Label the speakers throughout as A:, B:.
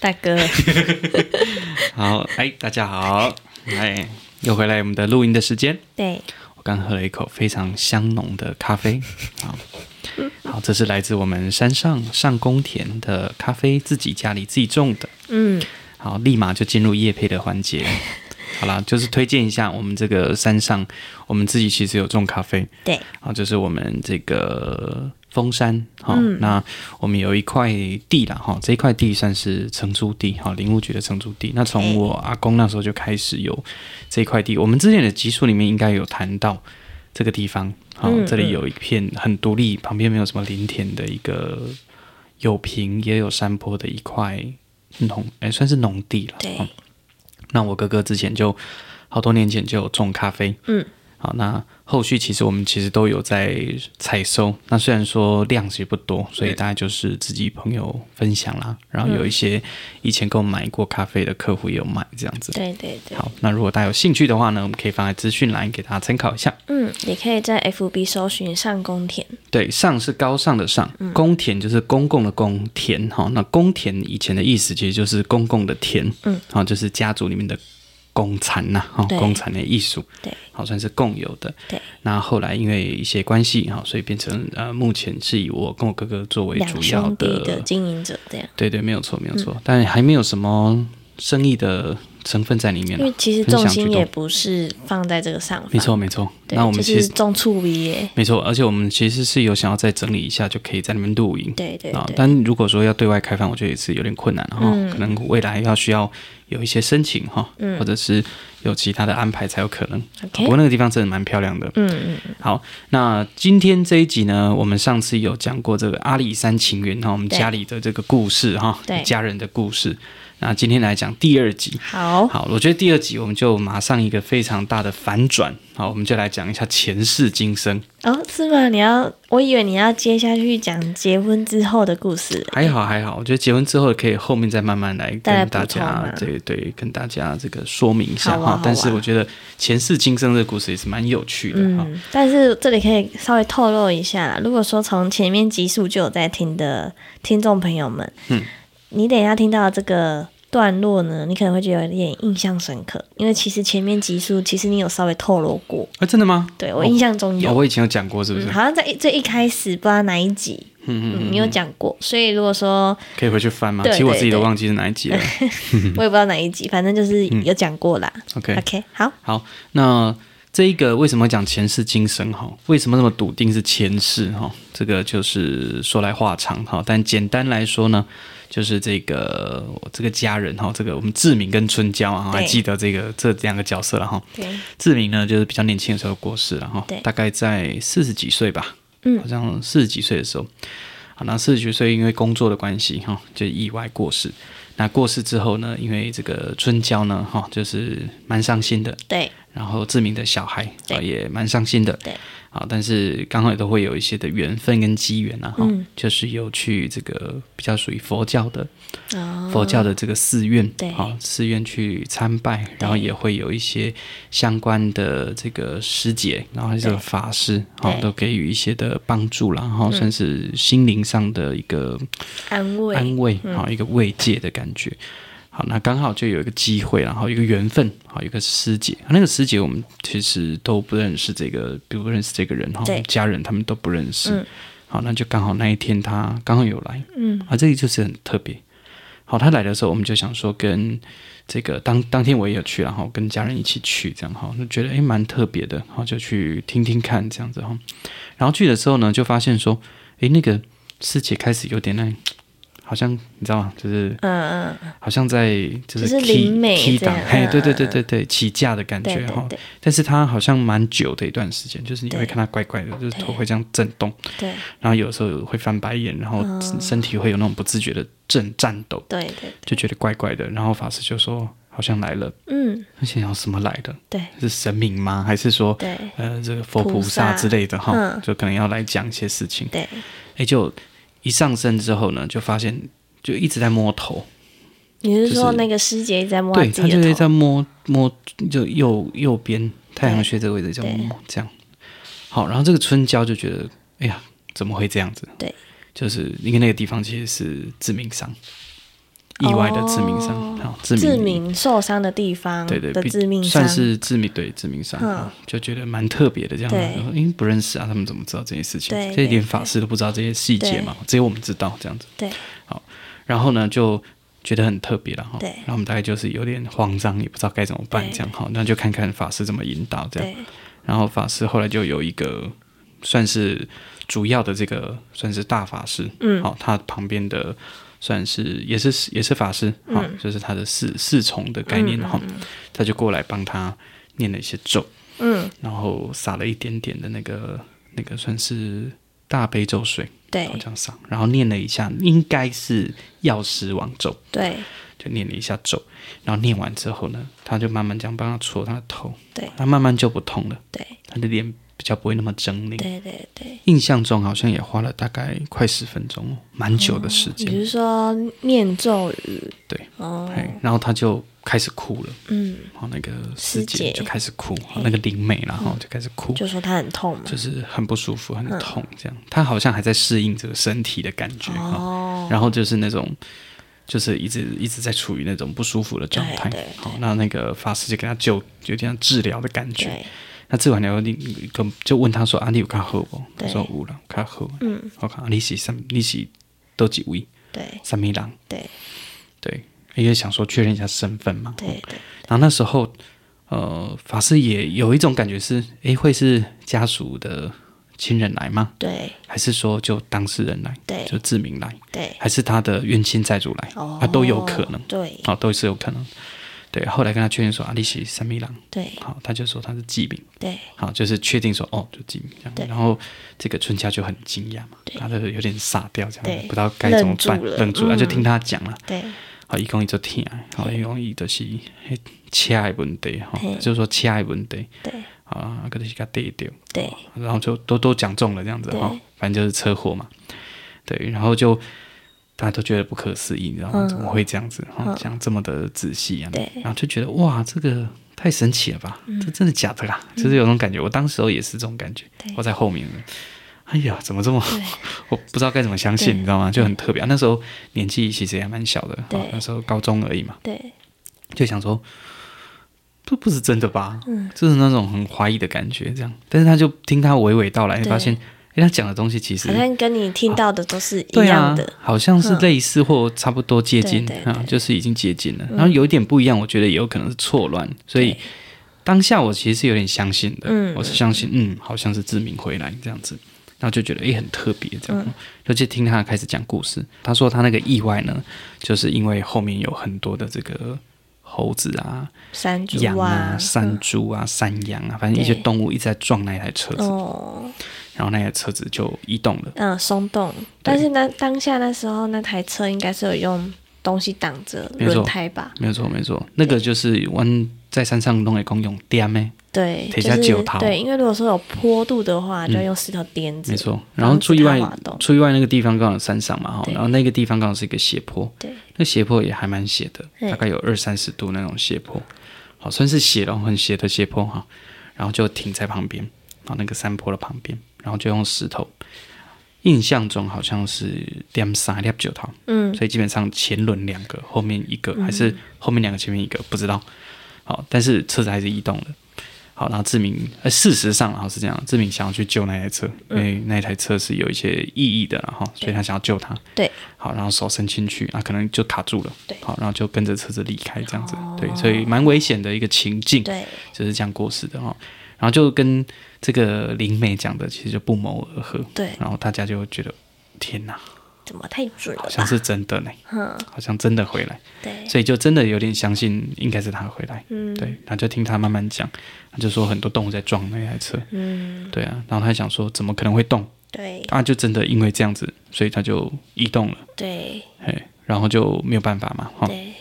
A: 大哥，
B: 好，哎，大家好，哎，又回来我们的录音的时间。
A: 对，
B: 我刚喝了一口非常香浓的咖 啡，好，好，这是来自我们山上上宫田的咖啡，自己家里自己种的。
A: 嗯，
B: 好，立马就进入夜配的环节。好啦，就是推荐一下我们这个山上，我们自己其实有种咖啡，
A: 对，
B: 啊，就是我们这个峰山，哈、
A: 嗯
B: 那我们有一块地啦，哈，这一块地算是承租地，哈，林务局的承租地。那
A: 哎
B: 从我阿公那时候就开始有这一块地，我们之前的集数里面应该有谈到这个地方，哈、
A: 嗯
B: 这里有一片很独立，旁边没有什么林田的一个有平也有山坡的一块农，哎、算是农地了，
A: 对
B: 齁那我哥哥之前就好多年前就有种咖啡，
A: 嗯，
B: 好，那后续其实我们其实都有在采收，那虽然说量是不多，所以大概就是自己朋友分享啦，然后有一些以前跟我买过咖啡的客户也有买这样子。
A: 对对对，
B: 好，那如果大家有兴趣的话呢，我们可以放在资讯栏给大家参考一下。
A: 嗯，你可以在 FB 搜寻上宫田，
B: 对，上是高尚的上，
A: 嗯
B: 公田就是公共的公田哈、那公田以前的意思其实就是公共的田，
A: 嗯，
B: 好、就是家族里面的公产呐、哈、
A: 对
B: 公产的艺术，
A: 对，
B: 好、算是共有的。
A: 对，
B: 那后来因为一些关系哈、所以变成呃，目前是以我跟我哥哥作为
A: 两
B: 主要
A: 兄弟的嗯经营者这样。
B: 对对，没有错，没有错，但还没有什么生意的成分在里面
A: 因
B: 了
A: 为。其实
B: 分享
A: 重心
B: 居多
A: 也不是放在这个上方，
B: 没错，没错。
A: 对，
B: 那我们
A: 就
B: 其
A: 是
B: 实
A: 种醋鼻耶，
B: 没错，而且我们其实是有想要再整理一下，就可以在里面露营。
A: 对对
B: 啊，
A: 对，
B: 但如果说要对外开放，我觉得也是有点困难哈、
A: 嗯
B: 可能未来要需要有一些申请哈、
A: 嗯
B: 或者是有其他的安排才有可能。啊不
A: OK，
B: 过那个地方真的蛮漂亮的。
A: 嗯嗯嗯，
B: 好，那今天这一集呢，我们上次有讲过这个阿里山情缘哈，我们
A: 对
B: 家里的这个故事哈
A: 对，
B: 家人的故事。那今天来讲第二集。
A: 好，
B: 好，我觉得第二集我们就马上一个非常大的反转。好，我们就来讲一下前世今生。
A: 哦，是吗？你要，我以为你要接下去讲结婚之后的故事，
B: 还好还好，我觉得结婚之后可以后面再慢慢来
A: 再来
B: 跟
A: 补
B: 大
A: 充啊
B: 家，对对，跟大家这个说明一下
A: 好啊好
B: 哈
A: 啊。
B: 但是我觉得前世今生这个故事也是蛮有趣的哈。
A: 嗯，但是这里可以稍微透露一下啦，如果说从前面集数就有在听的听众朋友们，
B: 嗯，
A: 你等一下听到这个。段落呢，你可能会觉得有点印象深刻，因为其实前面集数其实你有稍微透露过，
B: 啊，真的吗？
A: 对我印象中有
B: 有，，我以前有讲过，是不是
A: 嗯，？好像在一最一开始不知道哪一集，
B: 嗯嗯，
A: 嗯，你有讲过，所以如果说
B: 可以回去翻吗？
A: 对
B: 其实我
A: 对
B: 自己都
A: 对
B: 忘记是哪一集了。
A: 我也不知道哪一集，反正就是有讲过啦。
B: 嗯 OK，
A: OK，好，
B: 好，那这一个为什么讲前世今生哈？为什么那么笃定是前世哈？这个就是说来话长哈，但简单来说呢，就是这个我这个家人哈，这个我们志敏跟春娇啊，
A: 对
B: 还记得这个这两个角色了哈。
A: 对，
B: 志明呢，就是比较年轻的时候过世了哈
A: 对，
B: 大概在四十几岁吧，
A: 嗯
B: 好像四十几岁的时候，好，那四十几岁因为工作的关系哈，就意外过世。那过世之后呢，因为这个春娇呢，哈，就是蛮伤心的，
A: 对，
B: 然后志明的小孩
A: 对
B: 啊也蛮伤心的，
A: 对，
B: 好，但是刚好也都会有一些的缘分跟机缘啊，哈、
A: 嗯
B: 就是有去这个比较属于佛教的
A: 哦，
B: 佛教的这个寺院，
A: 对
B: 好、寺院去参拜，然后也会有一些相关的这个师姐，然后还有这个
A: 对
B: 法师，好、
A: 对嗯
B: 都给予一些的帮助啦，然后算是心灵上的一个
A: 安慰，嗯
B: 安慰，好、一个慰藉的感觉。好，那刚好就有一个机会，然后一个缘分，好，一个师姐，那个师姐我们其实都不认识这个，不认识这个人哈
A: 对，
B: 家人他们都不认识。
A: 嗯
B: 好，那就刚好那一天他刚好有来，
A: 嗯，
B: 啊，这里就是很特别。好，他来的时候，我们就想说跟这个当当天我也有去啦，然后跟家人一起去，这样哈，就觉得诶蛮特别的，然后就去听听看这样子哈。然后去的时候呢，就发现说，诶那个师姐开始有点那好像你知道吗？就是
A: 嗯嗯，
B: 好像在就
A: 就是
B: 是
A: 灵
B: key
A: 媒
B: key
A: 这样
B: 档，嘿，对对
A: 嗯
B: 对对对，起价的感
A: 对
B: 觉
A: 对
B: 哈。
A: 对
B: 但是它好像蛮久的一段时间，就是你
A: 对
B: 会看它怪怪的，就是头
A: 对
B: 会这样震动，
A: 对
B: 然后有时候会翻白眼，然后
A: 嗯
B: 身体会有那种不自觉的震颤抖，
A: 对对，
B: 就觉得怪怪的。然后法师就说好像来了，
A: 嗯，
B: 而且要什么来的？
A: 对
B: 是神明吗？还是说
A: 对
B: 呃这个佛
A: 菩
B: 菩
A: 萨
B: 萨之类的哈
A: 嗯？
B: 就可能要来讲一些事情。
A: 对，
B: 哎，就一上身之后呢，就发现就一直在摸头，
A: 你是说
B: 就是
A: 那个师姐一直在摸她
B: 对
A: 自
B: 他
A: 己
B: 就
A: 的
B: 是
A: 头？
B: 在摸摸就右右边太阳穴这个位置叫
A: 对
B: 摸这样。好，然后这个春娇就觉得，哎呀，怎么会这样子？
A: 对，
B: 就是因为那个地方其实是致命伤，意外的致命伤，
A: 哦
B: 好，致命
A: 致命受伤的地方
B: 对对
A: 的
B: 比
A: 致命伤嗯
B: 算，是致命对致命伤、啊就觉得蛮特别的这样子
A: 对，
B: 因为不认识啊，他们怎么知道这些事情
A: 对？
B: 这
A: 对
B: 连
A: 对
B: 法师都不知道这些细节嘛，只有我们知道这样子。
A: 对
B: 然后呢，就觉得很特别了哈。
A: 对
B: 然后我们大概就是有点慌张，也不知道该怎么办
A: 对
B: 这样哈，那就看看法师怎么引导这样。
A: 对
B: 然后法师后来就有一个算是主要的这个算是大法师，
A: 嗯
B: 好、他旁边的算是也是也是法师，
A: 嗯
B: 好、就是他的四四重的概念哈、他就过来帮他念了一些咒，
A: 嗯
B: 然后撒了一点点的那个那个算是大悲咒水，
A: 对
B: 然后这样撒，然后念了一下，应该是药师王咒，
A: 对
B: 就念了一下咒，然后念完之后呢，他就慢慢这样帮他戳他的头，
A: 对
B: 他慢慢就不痛了，
A: 对
B: 他的脸比较不会那么狰狞。
A: 对对对，
B: 印象中好像也花了大概快十分钟哦，蛮久的时间。
A: 你是说念咒语？
B: 对
A: 哦，
B: 嘿然后他就开始哭了，
A: 嗯，
B: 然后那个师
A: 师姐嗯
B: 姐就开始哭，哦那个灵媒然后就开始哭，
A: 就说她很痛嘛
B: 就。是很不舒服、很
A: 嗯
B: 痛这样。他好像还在适应这个身体的感觉哈、
A: 哦，
B: 然后就是那种，就是一直一直在处于那种不舒服的状态
A: 对对。
B: 好，那那个法师就给他救，有点像治疗的感觉。
A: 对
B: 那治完疗，你就就问他说：“啊，你有看好不？”
A: 对
B: 他说：“有了，看好。”
A: 嗯，
B: 我看、啊、你是什，你是多几位，
A: 对
B: 什么人？
A: 对
B: 对，因为想说确认一下身份嘛。哦
A: 对对，
B: 然后那时候，呃，法师也有一种感觉是：诶，会是家属的亲人来吗？
A: 对
B: 还是说就当事人来？
A: 对
B: 就志明来，
A: 对，
B: 还是他的冤亲债主来？
A: 哦，
B: 啊，都有可能。
A: 对
B: 哦，都是有可能。对，后来跟他确认说阿里是三米郎，
A: 对
B: 好，他就说他是疾病，
A: 对
B: 好，就是确定说哦，就疾病这
A: 对
B: 样。然后这个春娇就很惊讶嘛，
A: 对
B: 他就有点傻掉这
A: 对
B: 样，不知道该怎么办
A: 愣住了，
B: 愣住，
A: 嗯
B: 那就听他讲了。
A: 对
B: 好，一共伊就听，好，一共伊就是嘿车的问题，哈
A: 嘿，
B: 就是说车的问题，
A: 对
B: 啊，个就是给他跌掉，
A: 对
B: 然后就都都讲中了这样子
A: 对
B: 哈、反正就是车祸嘛，对，然后就大家都觉得不可思议，你知道吗？
A: 嗯
B: 怎么会这样子？哈、讲这么的仔细啊，
A: 对嗯
B: 然后就觉得哇，这个太神奇了吧？这真的假的啦？就是有那种感觉，我当时候也是这种感觉
A: 对，
B: 我在后面，哎呀，怎么这么， 我不知道该怎么相信，你知道吗？就很特别、啊那时候年纪其实也蛮小的，
A: 对
B: 哦那时候高中而已嘛，
A: 对
B: 就想说，这不是真的吧？
A: 嗯，
B: 就是那种很怀疑的感觉，这样。但是他就听他娓娓道来，
A: 对
B: 发现，哎，他讲的东西其实
A: 好像跟你听到的都是一
B: 啊对
A: 样
B: 啊
A: 的，，
B: 好像是类似或差不多接近
A: 对对
B: 啊
A: 对，嗯
B: 就是已经接近了。然后有一点不一样，我觉得也有可能是错乱，所以
A: 对。
B: 当下我其实是有点相信的，
A: 嗯
B: 我是相信，嗯，好像是志明回来这样子，然后就觉得诶、很特别这
A: 嗯
B: 样，就去听他开始讲故事。他说他那个意外呢，就是因为后面有很多的这个猴子啊、
A: 山猪
B: 羊
A: 啊
B: 啊、，山猪啊、山羊啊，反正一些
A: 对
B: 动物一直在撞那台车子，
A: 哦，
B: 然后那台车子就移动了。
A: 嗯，松动。但是那当下那时候那台车应该是有用东西挡着
B: 没错
A: 轮胎吧？
B: 没有错，没错，那个就是弯在山上弄的公用点咩，
A: 对，
B: 铁
A: 就
B: 架
A: 是
B: 九桃嗯
A: 对，因为如果说有坡度的话，就要用石头颠着。
B: 没，错。然后出意
A: 防
B: 外
A: 止它滑动，
B: 出意外那个地方刚好山上嘛哈，
A: 对
B: 然后那个地方刚好是一个斜坡，
A: 对
B: 那斜坡也还蛮斜
A: 对
B: 的，大概有二三十度那种斜坡，好算是斜了，很斜的斜坡哈。然后就停在旁边，啊，那个山坡的旁边，然后就用石头。印象中好像是两三两九套，
A: 嗯，
B: 所以基本上前轮两个，后面一个，还是后面两个，前面一个，不知道。好，但是车子还是移动的。好，然后志明，呃，事实上，然后是这样，志明想要去救那台车，
A: 嗯
B: 因为那台车是有一些意义的，然后，所以他想要救他。
A: 对
B: 好，然后手伸进去啊，可能就卡住了。
A: 对哦
B: 好，然后就跟着车子离开这样子。对，所以蛮危险的一个情境。
A: 对
B: 就是这样过世的哦。然后就跟这个灵媒讲的其实就不谋而合。
A: 对
B: 然后大家就觉得天哪，
A: 怎么太准了
B: 好
A: 吧？
B: 像是真的呢，
A: 嗯，
B: 好像真的回来，
A: 对，
B: 所以就真的有点相信应该是他回来。
A: 嗯，
B: 对，然后就听他慢慢讲，他就说很多动物在撞那台车，
A: 嗯，
B: 对啊，然后他还想说怎么可能会动，
A: 对
B: 啊，就真的因为这样子，所以他就移动了，
A: 对
B: 哎，然后就没有办法嘛，哈，
A: 对，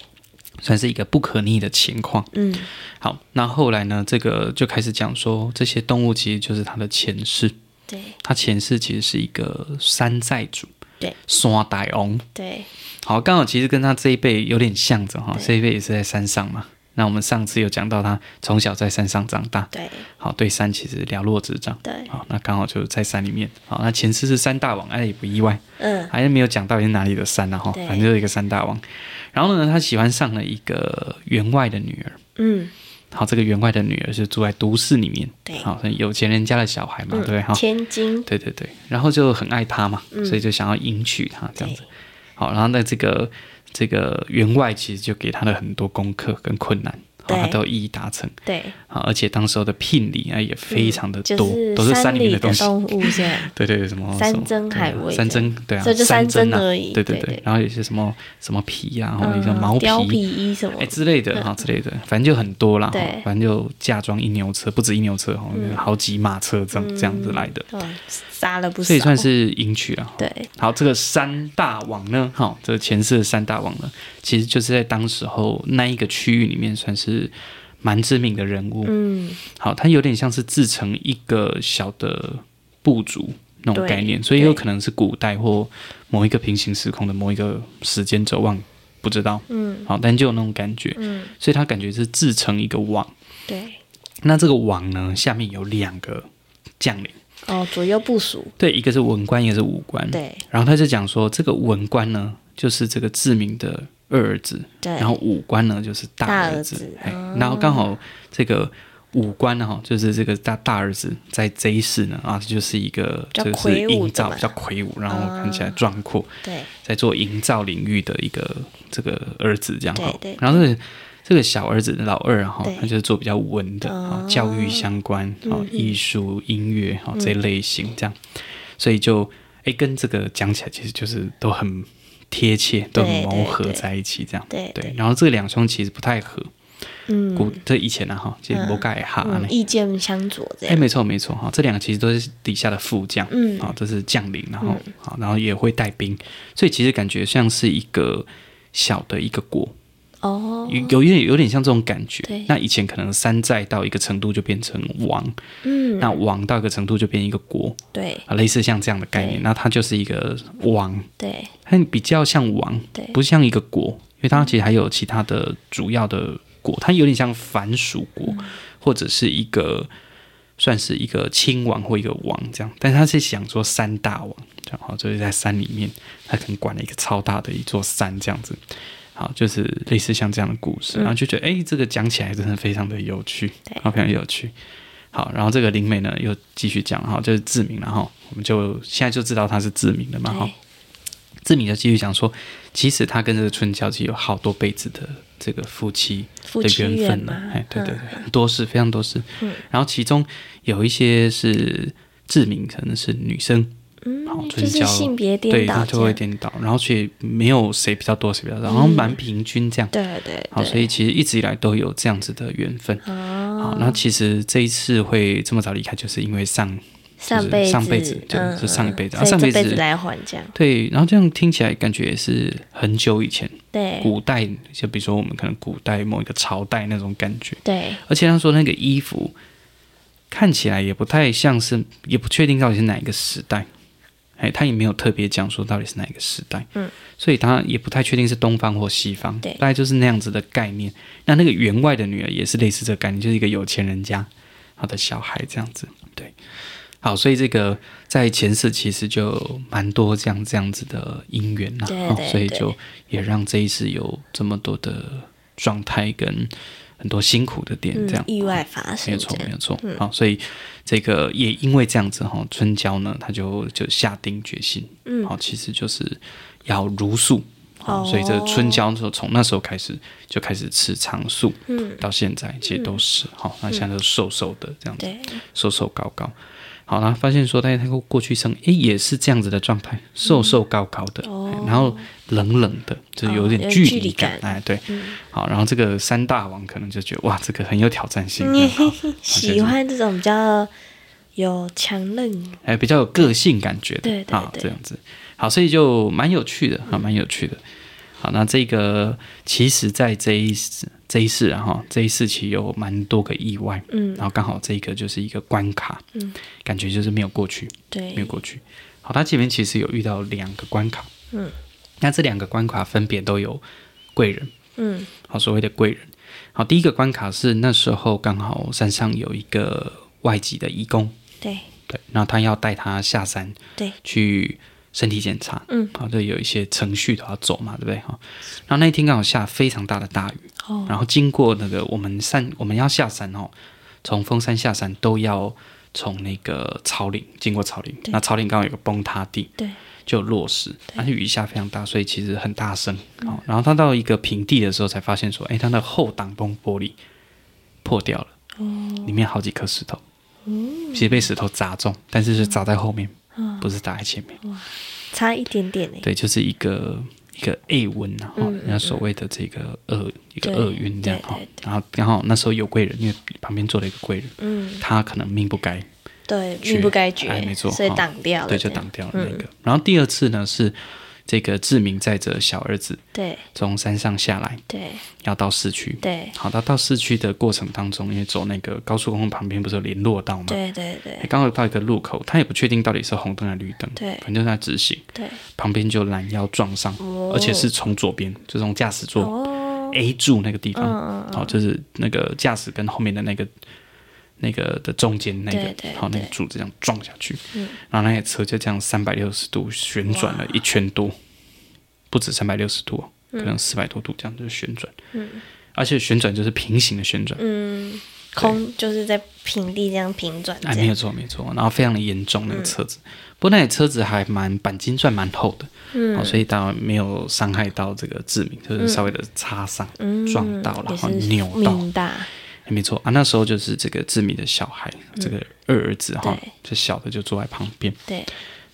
B: 算是一个不可逆的情况。
A: 嗯
B: 好，那后来呢，这个就开始讲说，这些动物其实就是他的前世，
A: 对
B: 他前世其实是一个山寨主，
A: 对，
B: 山大翁。
A: 对
B: 好，刚好其实跟他这一辈有点像着哈，
A: 对
B: 这一辈也是在山上嘛。那我们上次有讲到他从小在山上长大，
A: 对
B: 好，对山其实了若指掌。
A: 对，
B: 好，那刚好就在山里面。好，那前世是山大王，哎，也不意外，
A: 嗯
B: 还是没有讲到底是哪里的山啊哈，
A: 对
B: 反正就是一个山大王。然后呢，他喜欢上了一个员外的女儿。
A: 嗯，
B: 好，这个员外的女儿是住在都市里面，
A: 对嗯
B: 好，所以有钱人家的小孩嘛，对不对？哈，
A: 千金，
B: 对对对，然后就很爱他嘛，
A: 嗯
B: 所以就想要迎娶她这样子。好，然后那这个这个员外其实就给他的很多功课跟困难，好，
A: 对
B: 他都一一达成。
A: 对，
B: 好，而且当时候的聘礼啊也非常的
A: 嗯就
B: 多，都是山
A: 山
B: 里面
A: 的
B: 东西。
A: 动物现 在。
B: 对对对，什么
A: 山
B: 什么
A: 珍
B: 对
A: 海
B: 啊
A: 味
B: 山
A: 这样
B: 珍对啊，
A: 这就山
B: 珍
A: 珍
B: 啊
A: 而已
B: 对对
A: 对对
B: 然后有些什么什么皮啊，然后一个
A: 嗯
B: 毛皮、
A: 貂皮衣什么
B: 哎、之类的哈、之类的，反正就很多啦。哈
A: 对
B: 反正就嫁妆一牛车，不止一牛车哈，好几马车这样、这样子来的，
A: 嗯，杀了不少，
B: 所以算是迎娶啊了。哈
A: 对
B: 好，这个三大王呢，哈、这个前世的三大王呢，其实就是在当时候那一个区域里面算是蛮知名的人物。
A: 嗯，
B: 好，它有点像是自成一个小的部族那种
A: 对
B: 概念，所以
A: 对
B: 有可能是古代或某一个平行时空的某一个时间轴，忘不知道。
A: 嗯
B: 好，但就有那种感觉，
A: 嗯，
B: 所以它感觉是自成一个网。
A: 对，
B: 那这个网呢，下面有两个将领，
A: 哦，左右部署，
B: 对，一个是文官，一个是武官。
A: 对
B: 然后他就讲说，这个文官呢，就是这个志明的二儿子，
A: 对，
B: 然后武官呢就是大儿子，
A: 大
B: 哎、然后刚好这个武官呢，哈，就是这个大大儿子在这一世呢啊，就是一个
A: 比较
B: 就是
A: 魁梧
B: 营
A: 的
B: 造
A: 嘛
B: 比较魁梧，然后看起来壮阔，
A: 对
B: 在做营造领域的一个这个儿子这样哈
A: 对对。
B: 然后这个这个小儿子老二哈
A: 对，哦嗯
B: 他就是做比较文的哈，教育相关哈，艺术、音乐哈这一类型这样，所以就哎跟这个讲起来，其实就是都很贴切，都很
A: 对
B: 磨合
A: 对对
B: 在一起这样。
A: 对
B: 对，，然后这两兄其实不太合，
A: 嗯
B: 古这以前啊哈，其实不盖哈啊呢
A: 嗯，。意见相左这
B: 哎，
A: 样，
B: 没错没错哈，这两个其实都是底下的副将，
A: 嗯
B: 啊，这是将领，然后好，然后也会带兵，所以其实感觉像是一个小的一个国，
A: 哦，
B: 有有一点有点像这种感觉
A: 对。
B: 那以前可能山寨到一个程度就变成王，
A: 嗯，
B: 那王到一个程度就变一个国
A: 对
B: 啊，类似像这样的概念。
A: 对
B: 那它就是一个王，
A: 对
B: 它比较像王，
A: 对，嗯
B: 不像一个国，因为它其实还有其他的主要的国，它有点像藩属国、
A: 嗯
B: 或者是一个算是一个亲王或一个王这样，但是他是想说山大王，这样好，就是在山里面，他可能管了一个超大的一座山这样子。好，就是类似像这样的故事，然后就觉得，哎、这个讲起来真的非常的有趣，
A: 嗯对
B: 啊，非常有趣。好，然后这个灵美呢又继续讲，哈，就是志明了哈，我们就现在就知道他是志明了嘛，哈
A: 对。
B: 志明就继续讲说，其实他跟这个春娇其实有好多辈子的这个夫妻
A: 夫
B: 的
A: 妻
B: 缘
A: 缘
B: 分呢
A: 嘛，
B: 哎，对对
A: 嗯
B: 对，很多事，非常多事。然后其中有一些是志明可能是女生，好
A: 嗯，就
B: 春
A: 是
B: 娇
A: 性别
B: 对，
A: 颠
B: 他
A: 倒
B: 就
A: 这
B: 会
A: 样，
B: 颠倒，然后所以没有谁比较多，谁比较少，好像蛮平均这样。
A: 嗯对对
B: 好，
A: 对，哦
B: 所以其实一直以来都有这样子的缘分。好，那其实这一次会这么早离开，就是因为上
A: 上辈
B: 上辈子对
A: 嗯
B: 就上一辈
A: 嗯
B: 子
A: 嗯
B: 啊
A: 所
B: 上辈
A: 以
B: 子
A: 这辈子来还这样，
B: 对，然后这样听起来感觉也是很久以前，
A: 对
B: 古代就比如说我们可能古代某一个朝代那种感觉，
A: 对
B: 而且他说那个衣服看起来也不太像是，也不确定到底是哪一个时代。哎，他也没有特别讲说到底是哪一个时代，
A: 嗯，
B: 所以他也不太确定是东方或西方，
A: 对
B: 大概就是那样子的概念。那那个员外的女儿也是类似这个概念，就是一个有钱人家好的小孩这样子，对。好，所以这个在前世其实就蛮多这样这样子的姻缘啦、哦
A: 对对
B: 所以
A: 对
B: 就也让这一世有这么多的状态跟很多辛苦的点，这样、
A: 嗯，意外发
B: 没
A: 生这
B: 有错，没
A: 样，嗯
B: 有错。好，所以这个也因为这样子哈，春娇呢，她就就下定决心，
A: 嗯
B: 好，其实就是要茹素。好，
A: 哦
B: 所以这个春娇就从那时候开始就开始吃长素，
A: 嗯
B: 到现在其实都是好，那现在都瘦瘦的这样子，
A: 对
B: 瘦瘦高高。好，然后发现说大家过去生，诶，也是这样子的状态，瘦瘦高高的，
A: 嗯
B: 哎
A: 哦
B: 然后冷冷的，就是有
A: 哦
B: 点
A: 有
B: 距
A: 距
B: 离
A: 离
B: 感，
A: 感嗯
B: 哎，对，好，然后这个三大王可能就觉得哇，这个很有挑战性，啊
A: 你
B: 很好
A: 喜欢这种比较有强韧，
B: 哎，比较有个性感觉的，
A: 对对
B: 啊，
A: 对嗯
B: 这样子，好，所以就蛮有趣的，啊，蛮有趣的。好，那这个其实，在这一这一世啊，哈，这一世期有蛮多个意外，
A: 嗯
B: 然，后刚好这个就是一个关卡，
A: 嗯，
B: 感觉就是没有过去，没有
A: 对，
B: 过去。好，他前面其实有遇到两个关卡，
A: 嗯，
B: 那这两个关卡分别都有贵人，
A: 嗯
B: 好，所谓的贵人。好，第一个关卡是那时候刚好山上有一个外籍的义工，
A: 对
B: 对，然后他要带他下山
A: 对，
B: 去身体检查，
A: 嗯
B: 好，这有一些程序都要走嘛，对不对？哈，然后那一天刚好下非常大的大雨，
A: 哦
B: 然后经过那个我们山，我们要下山哦，从峰山下山都要从那个草岭经过草岭，
A: 对
B: 那草岭刚好有个崩塌地，
A: 对，
B: 就有落石，而且雨下非常大，所以其实很大声。
A: 嗯
B: 哦，然后他到一个平地的时候才发现说，哎，他的后挡风玻璃破掉了，
A: 哦
B: 里面好几颗石头，其实被石头砸中，但是是砸在后面，
A: 嗯
B: 不是砸在前面。
A: 差一点欸点呢，
B: 对，就是一个一个 A 文啊，哈、人家所谓的这个厄一
A: 嗯
B: 个
A: 对
B: 厄运这样
A: 对
B: 哈
A: 对。
B: 然后刚好那时候有贵人，因为旁边坐了一个贵人，
A: 嗯，
B: 他可能命不该，
A: 对，
B: 去
A: 命不该绝
B: 哎，没错
A: 所以
B: 哈
A: 挡掉了，嗯
B: 对，就
A: 这样
B: 挡，掉了那个。然后第二次呢是这个志明载着小儿子
A: 对
B: 从山上下来，
A: 对
B: 要到市区。
A: 对
B: 好，他到市区的过程当中，因为走那个高速公路旁边不是有联络道吗？
A: 对对对
B: 哎。刚好到一个路口，他也不确定到底是红灯还是绿灯，
A: 对
B: 反正就在直行，
A: 对，
B: 旁边就拦腰撞上，
A: 哦
B: 而且是从左边，就从驾驶座
A: 哦，
B: A 柱那个地
A: 嗯
B: 方，
A: 嗯嗯，
B: 好、就是那个驾驶跟后面的那个那个的中间那个，
A: 对对
B: 好、那个
A: 对嗯
B: 柱子这样撞下去，然后那台车就这样三百六十度旋转了一圈多，不止三百六十度哦，可能四百多度这样就是旋转，
A: 嗯
B: 而且旋转就是平行的旋转，
A: 嗯，空就是在平地这样平转，
B: 哎，
A: 这
B: 没有
A: 样，
B: 错没错，然后非常的严重
A: 嗯
B: 那个车子，不过那台车子还蛮钣金算蛮厚的，
A: 嗯
B: 哦，所以当然没有伤害到这个致命，就是稍微的擦伤、
A: 嗯，
B: 撞到了，
A: 也
B: 然后
A: 是
B: 扭到，
A: 命大，
B: 哎没错啊，那时候就是这个志明的小孩，这个二儿子哈
A: 嗯对，
B: 这小的就坐在旁边，
A: 对，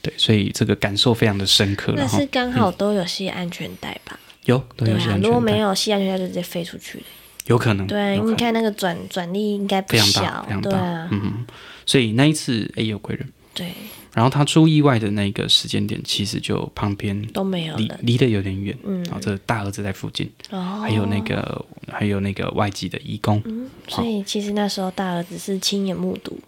B: 对，所以这个感受非常的深刻
A: 那
B: 然后
A: 是刚好都有系安全带吧？
B: 有都
A: 对
B: 有些
A: 啊，
B: 安
A: 如果
B: 全
A: 没
B: 带，
A: 有系安全带，就直接飞出去了。
B: 有可能，
A: 对，啊
B: 有可
A: 你
B: 能
A: 看那个转转力应该不
B: 非常
A: 小
B: 大，非常，
A: 对
B: 大
A: 啊，，
B: 嗯，所以那一次哎有贵人，
A: 对，
B: 然后他出意外的那个时间点，其实就旁边
A: 都没有
B: 离
A: 了。
B: 离得有点远，
A: 嗯
B: 然后这大儿子在附近，
A: 哦，
B: 还有那，个还有那个外籍的义工，
A: 嗯，所以其实那时候大儿子是亲眼目睹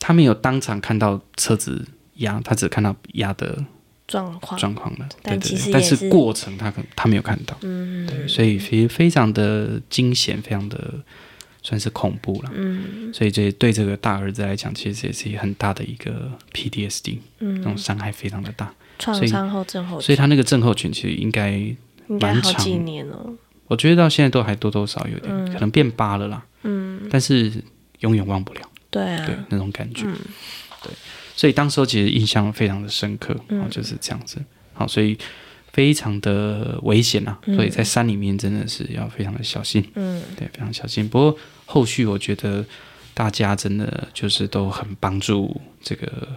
B: 他没有当场看到车子压，他只看到压的
A: 状况，
B: 状况了，对
A: 哦但
B: 对
A: 其实
B: 对，但
A: 也
B: 是
A: 是
B: 过程他可他没有看到，
A: 嗯
B: 对，所以非非常的惊险，非常的算是恐怖了。
A: 嗯
B: 所以这对这个大儿子来讲，其实也是一个很大的一个 PTSD，那种
A: 嗯，
B: 伤害非常的大，
A: 创
B: 所以
A: 伤后症候
B: 所
A: 群
B: 以他那个症候群其实应该，
A: 应该
B: 蛮
A: 好几
B: 长
A: 年哦，
B: 我觉得到现在都还多多少有点，
A: 嗯
B: 可能变疤了啦，
A: 嗯，
B: 但是永远忘不了。
A: 对
B: 对
A: 啊，
B: 那种感觉，对，所以当时候其实印象非常的深刻，
A: 嗯
B: 哦，就是这样子，好，所以非常的危险啊，
A: 嗯
B: 所以在山里面真的是要非常的小心，
A: 嗯，
B: 对，非常小心。不过后续我觉得大家真的就是都很帮助这个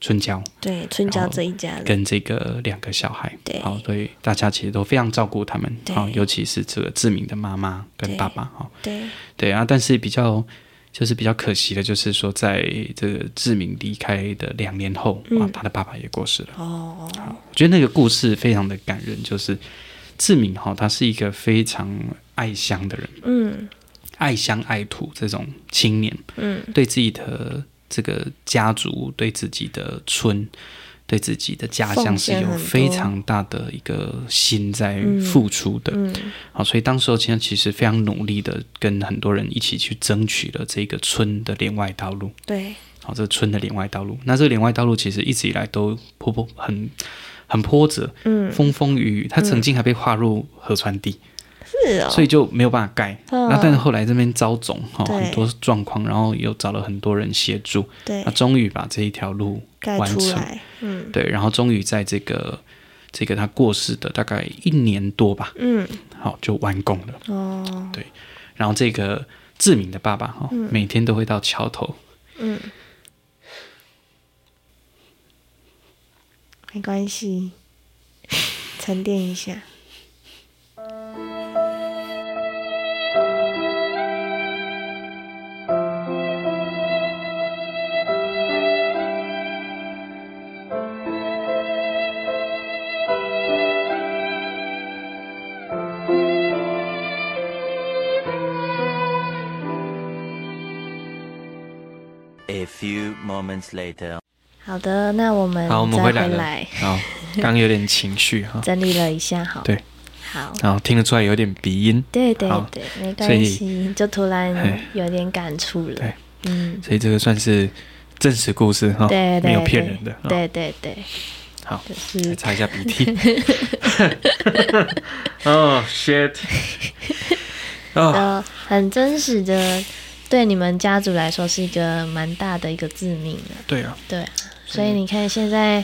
B: 春娇
A: 对，春
B: 然
A: 娇
B: 后
A: 这一家人，
B: 跟这个两个小孩，
A: 嗯对
B: 好，所以大家其实都非常照顾他们，
A: 对
B: 好、尤其是这个志明的妈妈跟
A: 对
B: 爸爸，哈、
A: 对，
B: 对啊，但是比较就是比较可惜的，就是说在这个志明离开的两年后、
A: 嗯
B: 啊，他的爸爸也过世了。
A: 哦，
B: 我觉得那个故事非常的感人，就是志明哈、他是一个非常爱乡的人，
A: 嗯
B: 爱乡爱土这种青年，
A: 嗯，
B: 对自己的这个家族、对自己的村、对自己的家乡
A: 奉
B: 是
A: 献
B: 有
A: 很多
B: 非常大的一个心在付出的。
A: 嗯
B: 好，所以当时候其实其实非常努力的跟很多人一起去争取了这个村的连外道路。
A: 对，
B: 好，这个村的连外道路，那这个连外道路其实一直以来都波波很很波折，
A: 嗯，
B: 风风雨雨，它曾经还被划入河川地，
A: 是哦，
B: 所以就没有办法盖。
A: 嗯
B: 那但是后来这边遭总哈、
A: 对
B: 很多状况，然后又找了很多人协助，
A: 对
B: 那，终于把这一条路
A: 盖
B: 完
A: 出
B: 成
A: 来，嗯
B: 对，然后终于在这个这个他过世的大概一年多吧，
A: 嗯，
B: 好就完工了。
A: 哦，嗯
B: 然后这个志明的爸爸哈、每天都会到桥头
A: 嗯
C: 没关系，沉淀一下。
D: A few moments later.
A: 好的，那我们
B: 好，我们
A: 再
B: 回
A: 回
B: 来了
A: 来。
B: 好，刚有点情绪哈，
A: 整理了一下，好，
B: 对，
A: 好，
B: 然后听得出来有点鼻音，
A: 对对
B: 好
A: 对，没
B: 所
A: 关
B: 以
A: 系，就突然
B: 嘿
A: 有点感触了
B: 对，
A: 嗯，
B: 所以这个算是真实故事哈，
A: 对对，
B: 没有骗
A: 对
B: 人的。哦，
A: 对对对，
B: 好，
A: 就是
B: 来擦一下鼻涕。 哦、shit！哦，
A: 呃，很真实的，对你们家族来说是一个蛮大的一个致命的、
B: 对啊，
A: 对啊，所以你看现在，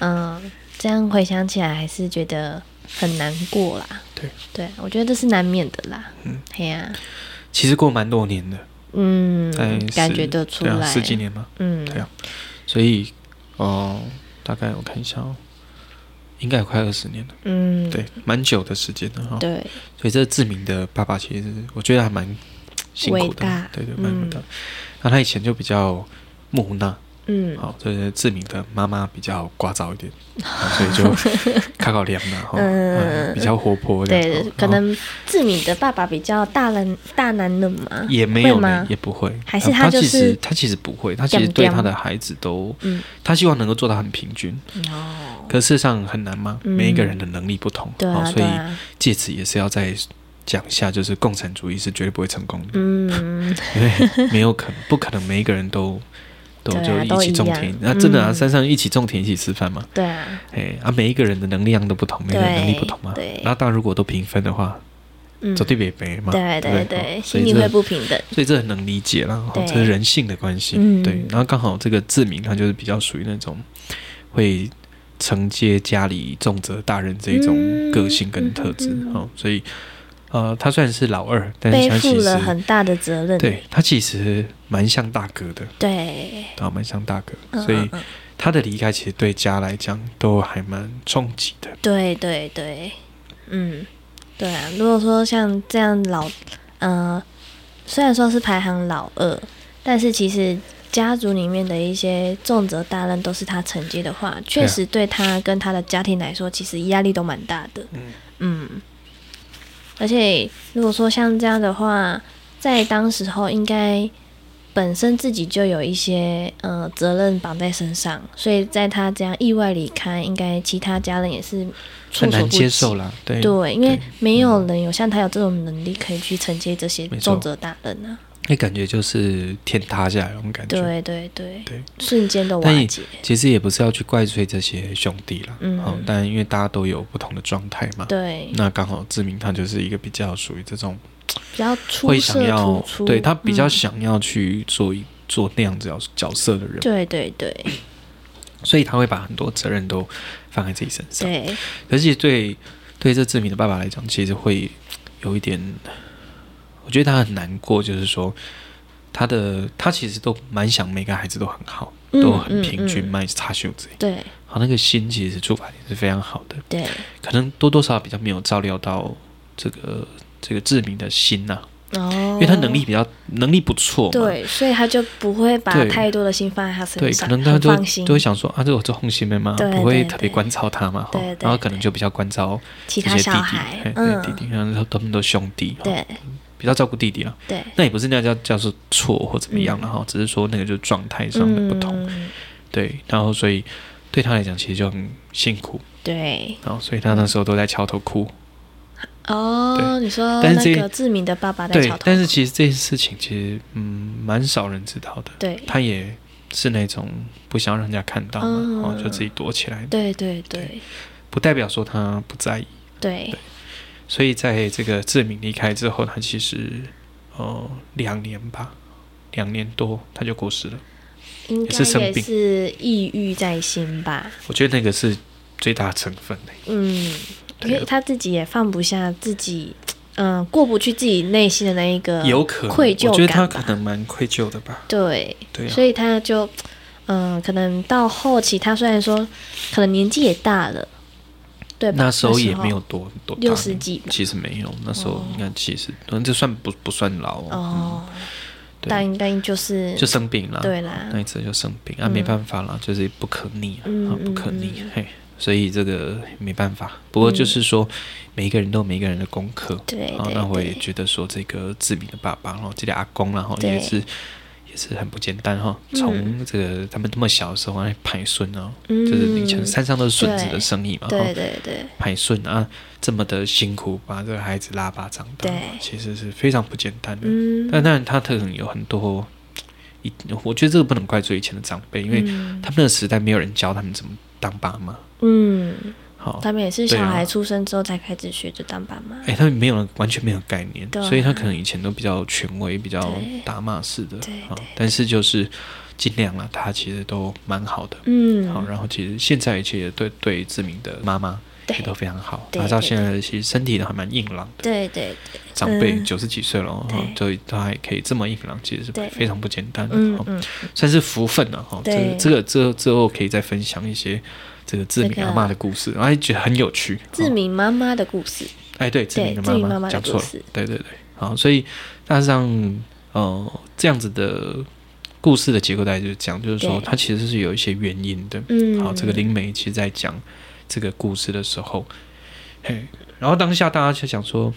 A: 嗯、这样回想起来还是觉得很难过啦。
B: 对，
A: 对啊，我觉得这是难免的啦。嗯，嘿呀、
B: 其实过蛮多年的，在
A: 嗯，感
B: 十
A: 觉得出
B: 对啊
A: 来，
B: 十几年嘛，
A: 嗯，
B: 对啊所以哦、大概我看一下哦，应该有快二十年了，
A: 嗯，
B: 对，哦蛮久的时间了哈、
A: 对
B: 所以这志明的爸爸其实我觉得还蛮辛苦
A: 伟
B: 的
A: 大，
B: 对对，蛮伟
A: 嗯
B: 大。那、他以前就比较木讷，
A: 嗯，
B: 好、所以志明的妈妈比较聒噪一点， 好所以就卡考凉了哈，
A: 嗯
B: 嗯比较活泼这样。
A: 对
B: 哦，
A: 可
B: 哦
A: 能志敏的爸爸比较大人大男人嘛，
B: 也没有
A: 会
B: 呢
A: 吗，
B: 也不会，
A: 还是
B: 他
A: 他就
B: 其实
A: 是
B: 他其实不会，他其实对他的孩子都，
A: 嗯，
B: 他希望能够做到很平均，
A: 哦，
B: 可事实上很难嘛，
A: 嗯
B: 每一个人的能力不同，
A: 对
B: 哦
A: 啊，
B: 所
A: 对
B: 以
A: 啊，
B: 借此也是要再讲一下，就是共产主义是绝对不会成功的，
A: 嗯，
B: 因为没有可能，不可能每一个人都都
A: 对啊
B: 就
A: 都
B: 一起
A: 一
B: 种
A: 样
B: 田。那、真的啊，
A: 嗯
B: 山上一起种田，一起吃饭嘛。
A: 对啊，
B: 哎啊，每一个人的能量都不同，每个人能力不同嘛
A: 对对。
B: 那当然，如果都平分的话，
A: 嗯，
B: 走对北北嘛。
A: 对
B: 对不
A: 对
B: 哦，所
A: 心
B: 以
A: 里会
B: 这
A: 不平等，
B: 所以这很能理解啦，哦
A: 对
B: 这是人性的关系。
A: 嗯
B: 对，然后刚好这个志明他就是比较属于那种会承接家里重责大人这一种
A: 嗯
B: 个性跟特质哦，所以呃，他虽然是老二，但是
A: 背
B: 他
A: 负
B: 其
A: 了
B: 实
A: 很大的责任，
B: 对他其实蛮像大哥的。
A: 对，
B: 啊，蛮像大哥，
A: 嗯
B: 所以
A: 嗯嗯
B: 他的离开其实对家来讲都还蛮冲击的。
A: 对对对，嗯，对啊。如果说像这样老，呃，虽然说是排行老二，但是其实家族里面的一些重责大任都是他承接的话，确实对啊他跟他的家庭来说，其实压力都蛮大的。
B: 嗯
A: 嗯，而且如果说像这样的话，在当时候应该本身自己就有一些呃责任绑在身上，所以在他这样意外离开，应该其他家人也是
B: 很
A: 措手
B: 难
A: 不
B: 接
A: 及。
B: 受啦，对
A: 对，因为
B: 哎对嗯
A: 没有人有像他有这种能力可以去承接这些
B: 没错
A: 重责大任啊！
B: 那感觉就是天塌下来那种感觉。
A: 对对对，
B: 对
A: 瞬间的
B: 但
A: 瓦
B: 也
A: 解。
B: 其实也不是要去怪罪这些兄弟啦，
A: 嗯
B: 好、但因为大家都有不同的状态嘛，
A: 对，
B: 那刚好志明他就是一个比较属于这种
A: 比较出
B: 会想
A: 色
B: 要
A: 突出，
B: 对他比较
A: 嗯
B: 想要去做一、做那样子角角色的人，
A: 对对对
B: 所以他会把很多责任都放在自己身上。
A: 对，
B: 可是其实对对这志明的爸爸来讲，其实会有一点，我觉得他很难过，就是说他的他其实都蛮想每个孩子都很好，
A: 嗯
B: 都很平均，
A: 嗯嗯
B: 卖差袖子。
A: 对
B: 好，那个心其实出发点是非常好的，
A: 对，
B: 可能多多少少比较没有照料到这个这个志明的心呐、
A: 哦，
B: 因为他能力比较能力不错嘛，
A: 对，所以他就不会把
B: 对
A: 太多的心放在他
B: 对，
A: 身上，
B: 可能他
A: 很
B: 就
A: 放心
B: 就会想说啊，这我这红心妹嘛，
A: 对
B: 不会
A: 对
B: 特别
A: 对
B: 关照他嘛，哈
A: 对对，
B: 然后可能
A: 对
B: 就比较关照
A: 其
B: 这
A: 他
B: 些弟
A: 小
B: 弟，
A: 孩
B: 嘿，
A: 嗯，
B: 对弟弟，然后他们都兄弟，哈
A: 对
B: 比较照顾弟弟了。
A: 对，
B: 那也不是那叫叫做错或怎么样了哈，只是说那个就是状态上的不同，
A: 嗯，
B: 对，然后所以对他来讲其实就很辛苦，
A: 对
B: 然后所以他那时候都在桥头哭，
A: 哦，你说
B: 但是
A: 那
B: 这
A: 个志明的爸爸在
B: 对
A: 桥，头，
B: 但是其实这件事情其实嗯蛮少人知道的，
A: 对
B: 他也是那种不想让人家看到嘛，
A: 嗯
B: 然后就自己躲起来，
A: 对对对
B: 不代表说他不在意，
A: 对，
B: 所以在这个志明离开之后，他其实呃两年吧，两年多他就过世了。
A: 应该
B: 也是生
A: 也
B: 病
A: 是抑郁在心吧，
B: 我觉得那个是最大的成分欸嘞、
A: 嗯，因
B: 对啊
A: 为他自己也放不下自己，嗯，过不去自己内心的那一个
B: 有可能
A: 呃愧疚
B: 我觉得他
A: 感
B: 可
A: 吧，
B: 能蛮愧疚的吧。
A: 对，
B: 对啊
A: 所以他就嗯，可能到后期他虽然说可能年纪也大了，对吧？
B: 那时候也没有多多大
A: 呃六十几吧
B: 其实没有，那时候应该七十，嗯，这算不不算老哦？
A: 哦，
B: 对
A: 但应该就是
B: 就啊哎生病了，
A: 对啦
B: 那一次就生病啊，没办法啦，就是不可逆啊，
A: 嗯嗯
B: 啊不可逆，嘿，所以这个没办法。不过就是说，每一个人都有每一个人的功课，
A: 对
B: 啊
A: 对，
B: 那我也
A: 对
B: 觉得说，这个志明的爸爸，然后这个阿公啦，然后
A: 对
B: 也是。也是很不简单哈，从这个他们这么小的时候来排孙啊，
A: 嗯
B: 就是以前山上都是孙子的
A: 对
B: 生意嘛，哈
A: 对对对，
B: 排顺啊，这么的辛苦把这个孩子拉拔长大
A: 对，
B: 其实是非常不简单的。
A: 嗯，
B: 但当然，他可能有很多，一我觉得这个不能怪罪以前的长辈，因为
A: 嗯
B: 他们那个时代没有人教他们怎么当爸妈。
A: 嗯，
B: 好、
A: 他们也是
B: 对
A: 小
B: 啊
A: 孩出生之后才开始学着当爸妈，
B: 哎、他们没有完全没有概念，
A: 对啊
B: 所以他可能以前都比较权威、比较
A: 对
B: 打骂式的
A: 对
B: 啊
A: 对。
B: 但是就是尽量啦，他其实都蛮好的。
A: 嗯，
B: 好，然后其实现在其实对对志明的妈妈
A: 对
B: 也都非常好，
A: 对
B: 她到
A: 对
B: 现在其实身体都还蛮硬朗的。
A: 对对对，
B: 长辈
A: 嗯
B: 九十几岁了哦，
A: 对
B: 哈所以他还可以这么硬朗，其实是
A: 对
B: 非常不简单的
A: 嗯
B: 哈，
A: 嗯，
B: 算是福分了哈。这
A: 对
B: 这个这之后可以再分享一些这个志
A: 这
B: 明
A: 个
B: 阿妈的故事，然后觉得很有趣。
A: 志
B: 哈
A: 明妈妈的故事，
B: 哎，对，志
A: 对
B: 明的
A: 志明妈妈的
B: 讲错了
A: 故事，
B: 对对对，好，所以大致上呃这样子的故事的结构大概就是讲，就是说
A: 对
B: 它其实是有一些原因的。
A: 嗯，
B: 好，这个灵媒其实在讲这个故事的时候，嘿，然后当下大家就想说，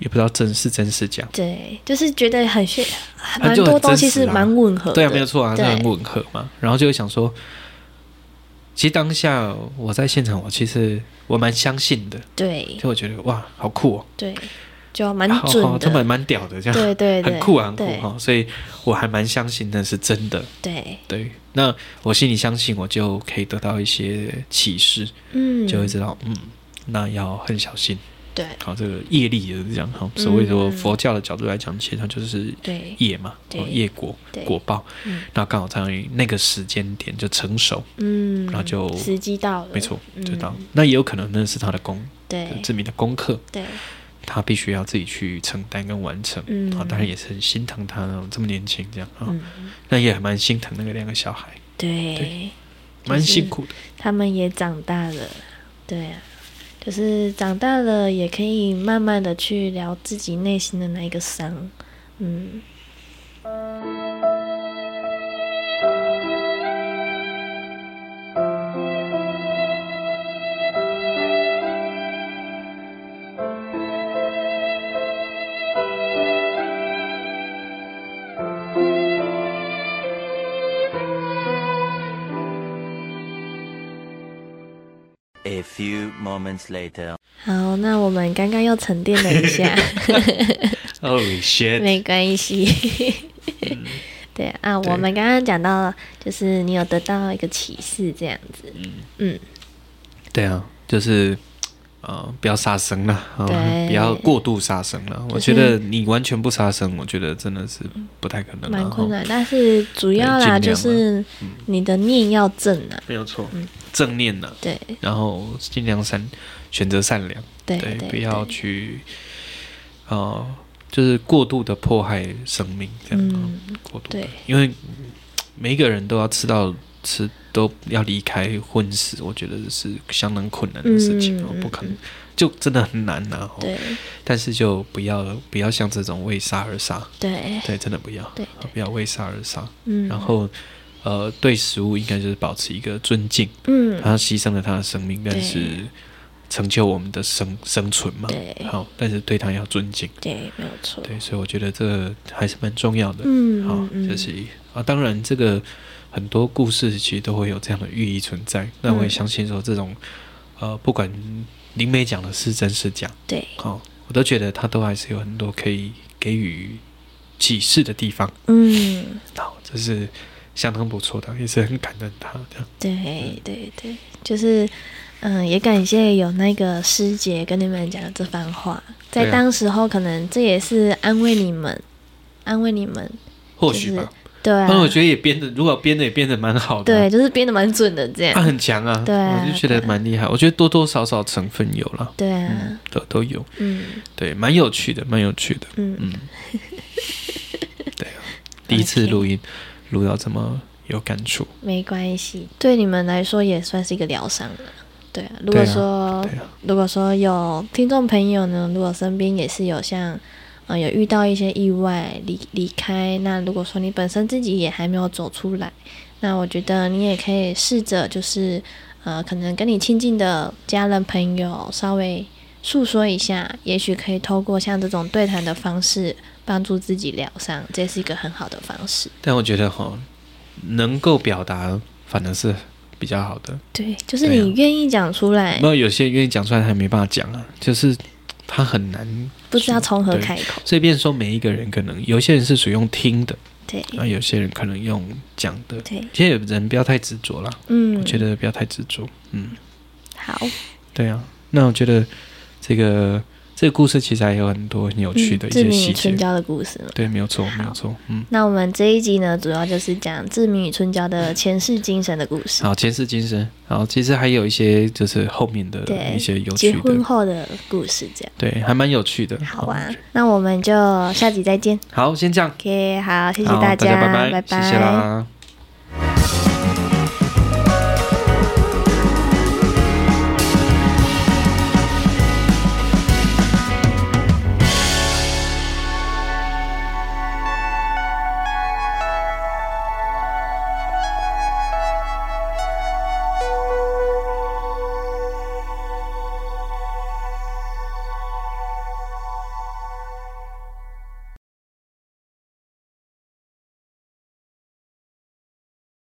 B: 也不知道真是真是假。
A: 对，就是觉得很炫，蛮
B: 啊就很
A: 多东西
B: 真实
A: 是
B: 啦
A: 蛮吻合的，
B: 对啊，没有错啊，这
A: 呃对
B: 很吻合嘛。然后就会想说，其实当下我在现场，我其实我蛮相信的，
A: 对
B: 就我觉得哇，好酷哦，
A: 对，就蛮
B: 好
A: 准
B: 好，他
A: 的
B: 们，蛮屌的，这样
A: 对对对，
B: 很酷啊，很酷
A: 对
B: 哈、哦。所以我还蛮相信那是真的。
A: 对，
B: 对，那我心里相信，我就可以得到一些启示，
A: 嗯，
B: 就会知道，嗯，那要很小心。
A: 对
B: 好，这个业力也是这样哈。
A: 嗯
B: 所谓说佛教的角度来讲，其实它就是
A: 对
B: 业嘛，
A: 对
B: 哦业果
A: 对
B: 果报
A: 嗯。
B: 那刚好在那个时间点就成熟，
A: 嗯，
B: 然后就
A: 时机到了，
B: 没错，就到
A: 嗯。
B: 那也有可能那是他的功，
A: 对
B: 证明的功课，
A: 对，
B: 他必须要自己去承担跟完成。
A: 嗯
B: 啊，当然也是很心疼他哦这么年轻这样啊，
A: 嗯，
B: 那也还蛮心疼那个两个小孩，
A: 对
B: 对，蛮辛苦的。
A: 他们也长大了，对啊，就是长大了也可以慢慢的去聊自己内心的那一个伤，嗯，
D: A few moments later.
A: 好，那我们刚刚又沉淀了一 下，
B: Oh shit！
A: 没关系。 对啊，
B: 嗯对
A: 我们刚刚讲到了，就是你有得到一个启示，这样子。
B: 对啊，就是。呃，不要杀生了，啊
A: 对
B: 不要过度杀生了。我觉得你完全不杀生，我觉得真的是不太可能啊，
A: 蛮困
B: 哦
A: 难，但是主要啦，
B: 对尽量啦嗯
A: 就是你的念要正啊，
B: 没有错，正念呢、
A: 对
B: 然后尽量善选择善良，啊
A: 对对，
B: 不要
A: 对
B: 去呃，就是过度的迫害生命这样，呃
A: 嗯
B: 过度的
A: 对，
B: 因为嗯每一个人都要吃到吃都要离开荤食，我觉得是相当困难的事情哦，
A: 嗯嗯
B: 不可能，就真的很难呐、哦。
A: 对
B: 但是就不要不要像这种为杀而杀，
A: 对，
B: 对，真的不要，哦
A: 对
B: 不要为杀而杀。
A: 嗯，
B: 然后呃，对食物应该就是保持一个尊敬。
A: 嗯，
B: 他牺牲了他的生命，但
A: 对
B: 是成就我们的生生存嘛。
A: 对
B: 好，但是对他要尊敬。
A: 对，没有错，
B: 对，所以我觉得这还是蛮重要的。
A: 嗯
B: 好
A: 嗯，嗯
B: 这是啊，当然这个很多故事其实都会有这样的寓意存在。那我也
A: 嗯
B: 相信说，这种呃，不管林美讲的是真是假，
A: 对，
B: 好、我都觉得他都还是有很多可以给予启示的地方。
A: 嗯，
B: 好，这是相当不错的，也是很感恩他这样。
A: 对对对，就是，嗯，也感谢有那个师姐跟你们讲的这番话，在
B: 对啊
A: 当时候可能这也是安慰你们，安慰你们，
B: 或许吧，
A: 对啊，
B: 但我觉得也编的，如果编的也编的蛮好的啊、
A: 对，就是编的蛮准的这
B: 他
A: 样，
B: 很强啊，
A: 对啊
B: 我就觉得蛮厉害。我觉得多多少少成分有了，
A: 对
B: 嗯
A: 啊，，
B: 都都有，
A: 嗯
B: 对，蛮有趣的，蛮有趣的，
A: 嗯
B: 嗯，对啊，第一次录音录到这么有感触。
A: 没关系，对你们来说也算是一个疗伤了。对啊，如
B: 对
A: 果
B: 啊
A: 说、
B: 对啊，
A: 如果说有听众朋友呢，如果身边也是有像，呃，有遇到一些意外离离开，那如果说你本身自己也还没有走出来，那我觉得你也可以试着就是，呃，可能跟你亲近的家人朋友稍微诉说一下，也许可以透过像这种对谈的方式帮助自己疗伤，这是一个很好的方式。
B: 但我觉得哈，能够表达反而是比较好的。
A: 对，就是
B: 对啊
A: 你愿意讲出来，
B: 那有些愿意讲出来还没办法讲啊，就是他很难。
A: 不知道从何
B: 对
A: 开口。
B: 所以，变成说每一个人可能有些人是属于用听的，
A: 对，
B: 那有些人可能用讲的。
A: 对，
B: 其实人不要太执着啦，
A: 嗯，
B: 我觉得不要太执着。嗯，
A: 好，
B: 对啊。那我觉得这个这个故事其实还有很多很有趣的一
A: 嗯志
B: 些
A: 明
B: 细
A: 与
B: 节
A: 春。娇的故事嘛。
B: 对，没有错，
A: 好
B: 没有错。嗯，
A: 那我们这一集呢，主要就是讲志明与春娇的前世今生的故事，
B: 好，前世今生。好，其实还有一些就是后面的
A: 对
B: 一些有
A: 结
B: 趣
A: 婚
B: 的，
A: 后的故事，这样。
B: 对，还蛮有趣的。
A: 好啊，那我们就下集再见。
B: 好，先这样。
A: OK，好，谢谢
B: 好，
A: 大
B: 大家拜
A: 拜
B: 谢谢啦。